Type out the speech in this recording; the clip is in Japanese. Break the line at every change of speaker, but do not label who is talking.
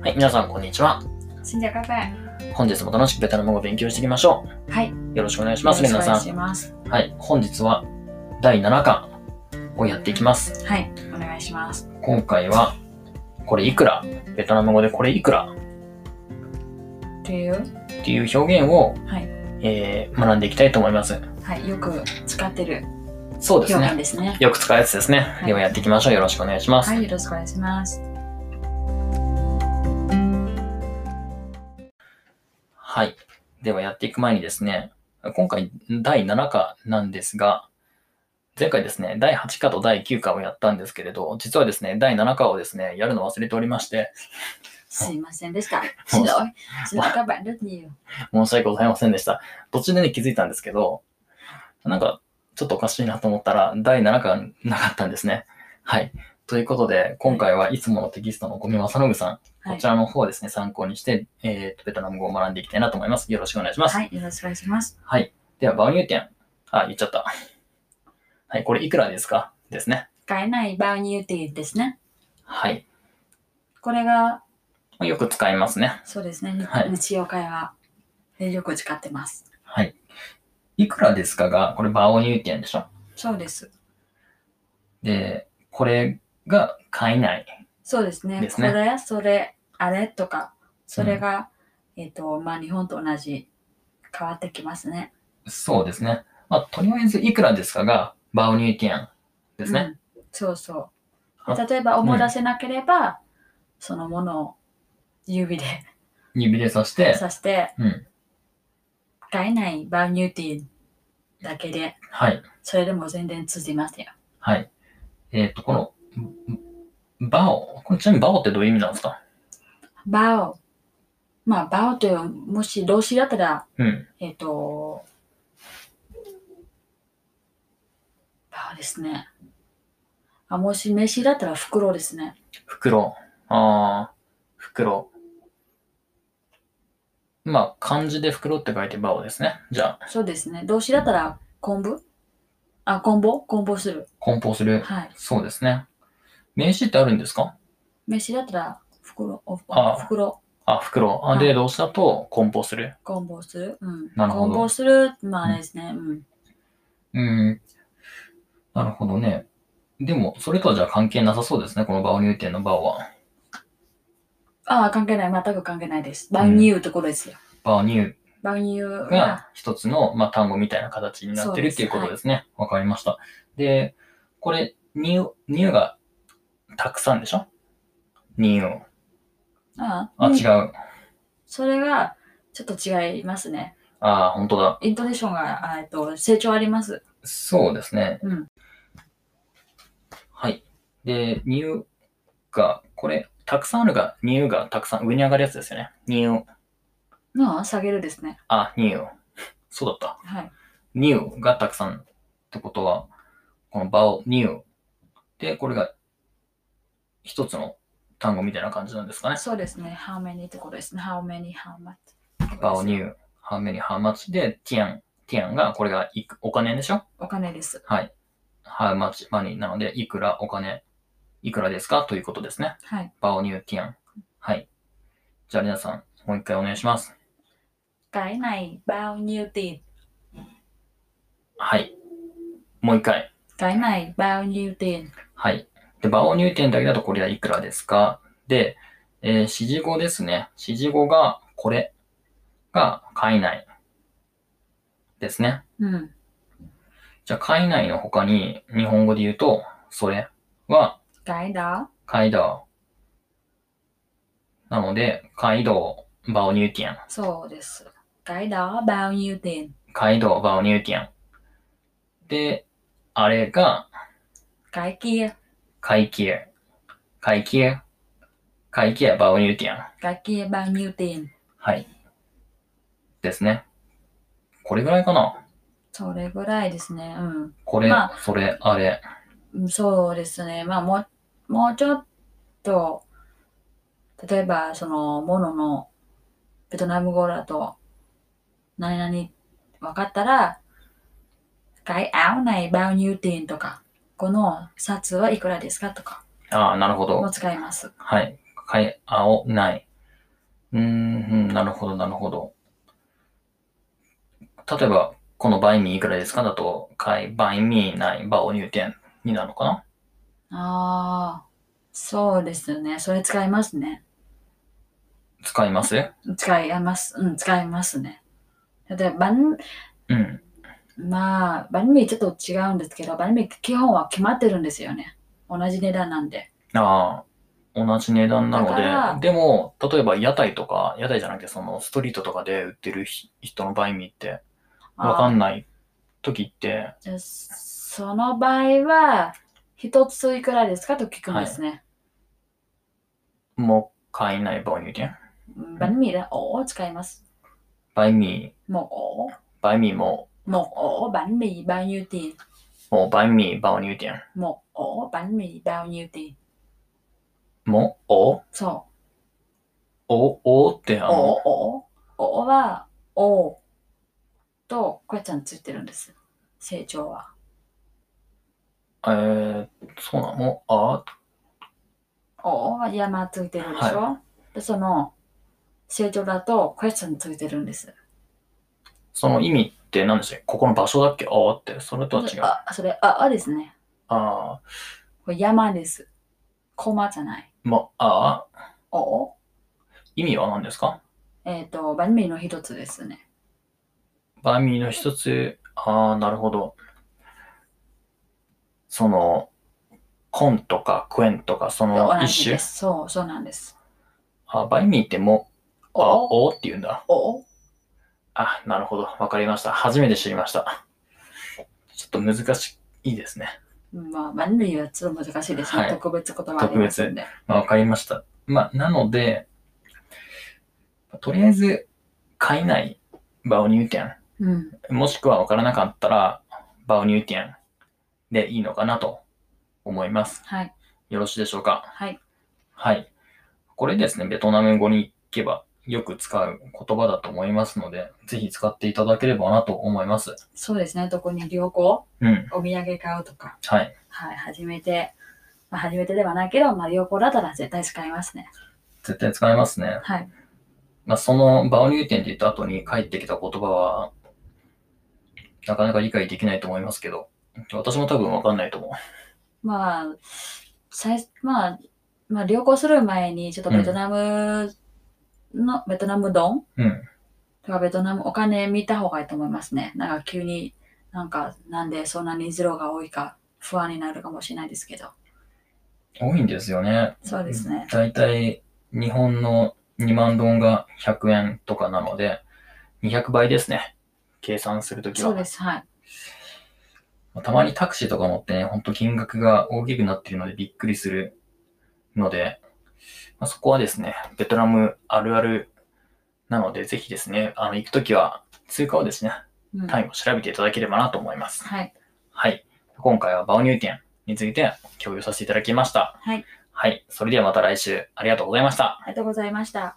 はい、皆さんこんにちは。
信者カフェ。
本日も楽しくベトナム語を勉強していきましょ
はい。
う。よろしくお願いします、レ
よ
ナ
ろしくお願
さ
いします。
ん。はい、本日は第7巻をやっていきます。
はい。お願いします。
今回は、これいくらベトナム語でこれいくら
っていう、
っていう表現を、
はい
えー学んでいきたいと思います。
はい。よく使ってる
そうです
表現
ね。
ですね。
よく使うやつですね。
い
ではやっていきましょう。よろしくお願いします。
はい。よろしくお願いします。
はい。ではやっていく前にですね、今回第7課なんですが、前回ですね、第8課と第9課をやったんですけれど、実はですね、第7課をですね、やるの忘れておりまして、
すいませんでした。xin lỗi. Xin lỗi các bạn rất nhiều.
申し訳ございませんでした。途中でね、気づいたんですけど、なんか、ちょっとおかしいなと思ったら、第7課なかったんですね。はい。ということで、今回はいつものテキストのゴミ正信さん、
は
こ
い
ち。らの方をですね、参考にして、えーと、ベトナム語を学んでいきたいなと思います。よろしくお願いします。
はい。よろしくお願いします。
はい。では、バウニューテン。あ、言っちゃった。はい、これいくらですかですね。
買えないバウニューティーですね。
はい。
これが、
まあよく使いますね。
そうですね。
はい
日曜会話でよく使ってます。
はい。いくらですかが、これバオニューテンでしょ。
そうです。
で、これが買えない。
そうですね。
ですね
これ、それ、あれとか、それが、えっ、と、まあ、日本と同じ変わってきますね。
そうですね。まあ、とりあえずいくらですかが、バオニューテンですね。
うんそうそ
あ
う。例えば思い出せなければ、そのものを指で
指で刺して、
刺して、
うん。
買えないバーニューティーだけで、
はい。
それでも全然通じますよ。
はい。えっ、と、この、バオ。これちなみにバオってどういう意味なんですか
バオ。まあ、バオという、もし動詞だったら、
うん。
えっ、と、バオですね。あもし名詞だったら袋ですね。
袋。ああ、袋。まあ、漢字で袋って書いてバオですね。じゃあ、
そうですね。動詞だったら昆布あ、昆布昆布する。
梱包する。
はい。
そうですね。名詞ってあるんですか
名詞だったら袋、お
あ
袋、
あ、袋。あ
は
で、動詞だと梱包する。
梱包する。うん。
なるほど
梱包する、まああれですね。うん。
うん。なるほどね。でも、それとはじゃあ関係なさそうですね。このバオ入店のバオは。
ああ、関係ない。全く関係ないです。バウニューってことですよ。
バオ入
バウニューが
が、一つの、まあ、単語みたいな形になってるっていうことですね。わ、かりました。で、これ、ニュー、ニューがたくさんでしょニュー。
ああ
あ、
うん
違う。
それが、ちょっと違いますね。
ああ、本当だ。
イントネーションが、あえっと、成長あります。
そうですね。
うん。
はい。で、乳が、これ、たくさんあるが、乳がたくさん上に上がるやつですよね。乳。
の下げるですね。
あ、乳。そうだった。
はい。
乳がたくさんってことは、この場を乳。で、これが一つの単語みたいな感じなんですかね。
そうですね。how many ってことですね。how many, how much
場を乳。ハメにハマチで、ティアン。ティアンが、これがいくお金でしょ
お金です。
はい。ハウマチ、マニーなので、いくらお金、いくらですかということですね。
はい。
バオニューティアン。はい。じゃあ皆さん、もう一回お願いします。
買えない、バウニューティー。
はい。もう一回。
買えない、バウニューティー。
はい。で、バオニューティアンだけだとこれはいくらですかで、えー、指示語ですね。指示語が、これが、買えない。ですね。
うん。
じゃあ、買えないの他に、日本語で言うと、それは、
買えだ、
買いだ。なので、買い道、バオニューティアン。
そうです。買えだ、バウニューティー。
街道バオニューティアン。で、あれが、
買いき、
会計。会計。会計バオニューティアン。
買いき、バウニューティー。
はい。ですね。これぐらいかな。
それぐらいですね。うん。
これ、
ま
それ、あれ。
うんそうですね。まあ、もう、もうちょっと、例えば、その、ものの、ベトナム語だと、何々分かったら、買い合わないバウニューティンとか、この札はいくらですかとか、
ああ、なるほ
も
ど。
使います。
はい。買い、青、ない。うーん、うんなるほど、なるほど。例えば、このバインミーいくらですかだと、買い、バインミーない、バオ入店になるのかな
ああ、そうですね。それ使いますね。
使います
使います。うん、使いますね。で、バン、
うん。
まあ、バンミーちょっと違うんですけど、バンミー基本は決まってるんですよね。同じ値段なんで。
ああ、同じ値段な
だから
ので、でも、例えば屋台とか、屋台じゃなくて、そのストリートとかで売ってるひ人のバインミーって、わかん
ない。
ない時って、
じゃあその場合は、一ついくらですかと聞くんですね。
もう買えないバオ入店
うんバンミーで、おを使います。
バインミ
もうおー、
ー、バインミーも、
もうおー、バンミー、バンユーティン。
もうバインミー、バオ入店
もうおー、バンミー、バンユーティン。
も、お、
そう。
お、おって、あの、
おおおはおとこやちゃんついてるんです成長は
えー、そうなのあ
おは山ついてるでしょ、でその成長だとこやちゃんついてるんです
その意味って何でしたっけここの場所だっけあって、それとは違う。あ
あそれああですね
あ
これ山です駒じゃない
ー、ま、あー
お
意味は何ですか
えっ、とバンミーの一つですね
バインミーの一つ、ああ、なるほど。その、コンとかクエンとか、そ
同
の一
じで
種。
すそうそうなんです
あ、バインミーってもう、あ、
お
おって言うんだ。
お
あ、なるほど。わかりました。初めて知りました。ちょっと難しいですね。
まあバンミーはちょっと難しいですね、
はい
特別言葉ありますんで
まあ、わかりました。まあ、なので、とりあえず、買えない場を入店、
うん
もしくはわからなかったら、場を入店でいいのかなと思います。
はい
よろしいでしょうか。
はい
はい。これですね、ベトナム語に行けばよく使う言葉だと思いますので、ぜひ使っていただければなと思います。
そうですね特に旅行
うん。
お土産買うとか
はい。
はい、初めて、まあ、初めてではないけど、まあ、旅行だったら絶対使いますね。
絶対使えますね。
はい。
まあ、その場を入店って言った後に返ってきた言葉は、なかなか理解できないと思いますけど、私も多分わかんないと思う。
まあ、最まあ、まあ、旅行する前に、ちょっとベトナムの、ベトナム丼
うん。
とかベトナムお金見た方がいいと思いますね。なんか急に、なんか、なんでそんなにゼロが多いか不安になるかもしれないですけど。
多いんですよね。
そうですね。
だいたい日本の2万ドンが100円とかなので、200倍ですね。計算するときは。
そうです。はい。
まあたまにタクシーとか乗ってね、ほんと金額が大きくなっているのでびっくりするので、まあ、そこはですね、ベトナムあるあるなので、ぜひですね、あの、行くときは通貨をですね、
うん
単位を調べていただければなと思います。
はい。
はい。今回はバオ入店について共有させていただきました。
はい。
はい。それではまた来週ありがとうございました。
ありがとうございました。